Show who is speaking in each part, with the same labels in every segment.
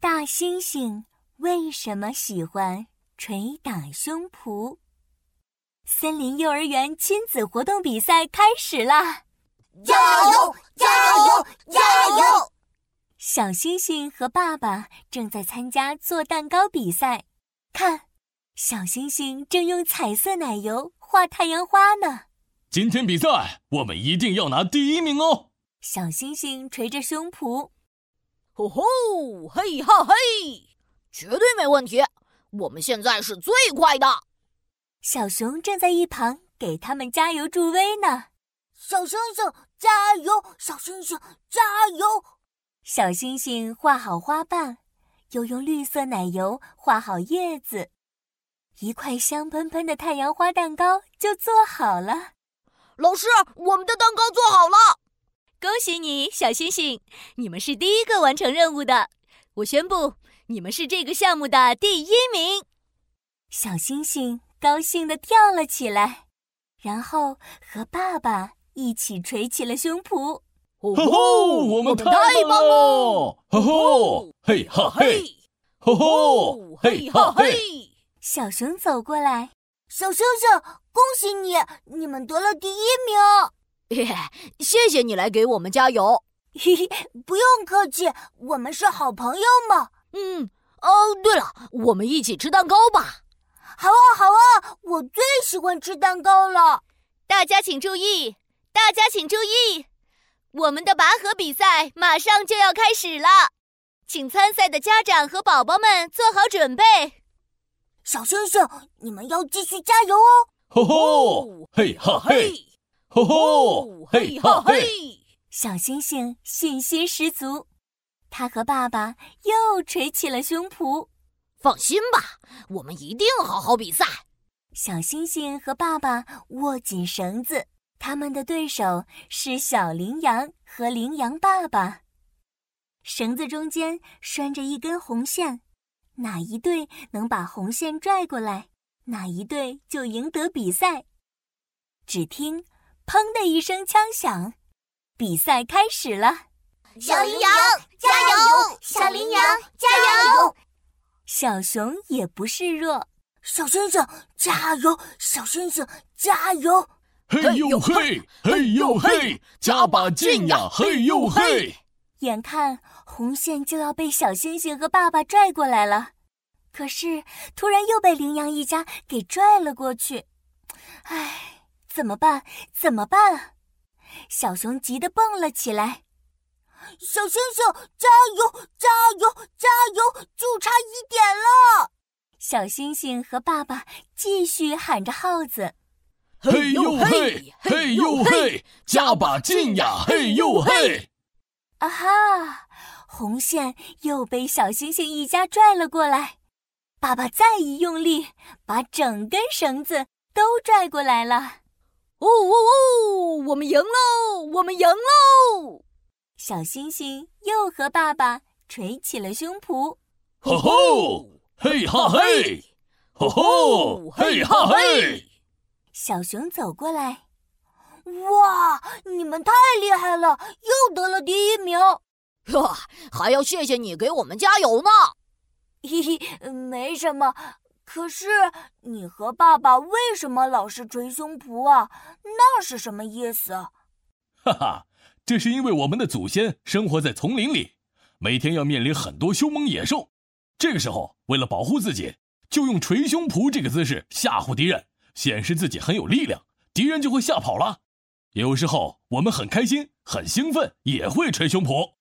Speaker 1: 大猩猩为什么喜欢捶打胸脯？森林幼儿园亲子活动比赛开始啦！
Speaker 2: 加油！加油！加油！
Speaker 1: 小星星和爸爸正在参加做蛋糕比赛。看，小星星正用彩色奶油画太阳花呢。
Speaker 3: 今天比赛，我们一定要拿第一名哦！
Speaker 1: 小星星捶着胸脯，
Speaker 4: 吼吼，嘿哈嘿，绝对没问题！我们现在是最快的。
Speaker 1: 小熊站在一旁给他们加油助威呢。
Speaker 2: 小星星加油！小星星加油！
Speaker 1: 小星星画好花瓣，又用绿色奶油画好叶子，一块香喷喷的太阳花蛋糕就做好了。
Speaker 4: 老师，我们的蛋糕做好了！
Speaker 5: 恭喜你，小星星，你们是第一个完成任务的。我宣布，你们是这个项目的第一名。
Speaker 1: 小星星高兴地跳了起来，然后和爸爸一起捶起了胸脯。
Speaker 3: 吼吼，我们太棒了！吼吼，嘿哈嘿，吼吼，嘿哈嘿。
Speaker 1: 小熊走过来，
Speaker 2: 小星星，恭喜你，你们得了第一名！
Speaker 4: 谢谢你来给我们加油。
Speaker 2: 嘿嘿，不用客气，我们是好朋友嘛。
Speaker 4: 嗯，哦，对了，我们一起吃蛋糕吧。
Speaker 2: 好啊，好啊，我最喜欢吃蛋糕了。
Speaker 5: 大家请注意，大家请注意，我们的拔河比赛马上就要开始了，请参赛的家长和宝宝们做好准备。
Speaker 2: 小星星，你们要继续加油哦！
Speaker 3: 吼吼，嘿哈嘿。吼吼，嘿哈嘿！
Speaker 1: 小星星信心十足，他和爸爸又捶起了胸脯。
Speaker 4: 放心吧，我们一定好好比赛。
Speaker 1: 小星星和爸爸握紧绳子，他们的对手是小羚羊和羚羊爸爸。绳子中间拴着一根红线，哪一队能把红线拽过来，哪一队就赢得比赛。只听。砰的一声枪响，比赛开始了。
Speaker 2: 小羚羊加油！小羚羊加油！
Speaker 1: 小熊也不示弱。
Speaker 2: 小星星加油！小星星加油！
Speaker 3: 嘿呦嘿，嘿呦嘿，加把劲呀！嘿呦嘿！
Speaker 1: 眼看红线就要被小星星和爸爸拽过来了，可是突然又被羚羊一家给拽了过去。唉。怎么办？怎么办？小熊急得蹦了起来。
Speaker 2: 小星星，加油！加油！加油！就差一点了！
Speaker 1: 小星星和爸爸继续喊着号子：“
Speaker 3: 嘿呦嘿，嘿呦嘿，加把劲呀！嘿呦嘿！”
Speaker 1: 啊哈！红线又被小星星一家拽了过来。爸爸再一用力，把整根绳子都拽过来了。
Speaker 4: 哦哦哦！我们赢喽！我们赢喽！
Speaker 1: 小星星又和爸爸捶起了胸脯。
Speaker 3: 吼吼，嘿哈嘿！吼吼，嘿哈嘿！
Speaker 1: 小熊走过来，
Speaker 2: 哇！你们太厉害了，又得了第一名！
Speaker 4: 呵，还要谢谢你给我们加 油呢。
Speaker 2: 嘿嘿，没什么。可是你和爸爸为什么老是捶胸脯啊？那是什么意思？
Speaker 3: 哈哈， 这是因为我们的祖先生活在丛林里，每天要面临很多凶猛野兽。这个时候，为了保护自己，就用捶胸脯这个姿势吓唬敌人，显示自己很有力量，敌人就会吓跑了。有时候我们很开心、很兴奋，也会捶胸脯。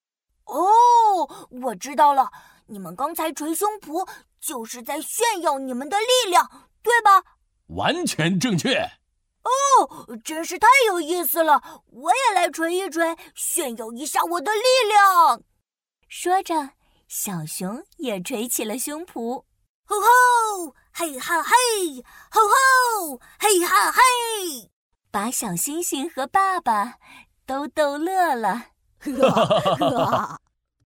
Speaker 2: 哦，我知道了，你们刚才捶胸脯。就是在炫耀你们的力量，对吧？
Speaker 3: 完全正确。
Speaker 2: 哦，真是太有意思了！我也来捶一捶，炫耀一下我的力量。
Speaker 1: 说着，小熊也捶起了胸脯，
Speaker 2: 吼吼，嘿哈嘿，吼吼，嘿哈嘿，
Speaker 1: 把小星星和爸爸都逗乐了。
Speaker 4: 呵呵。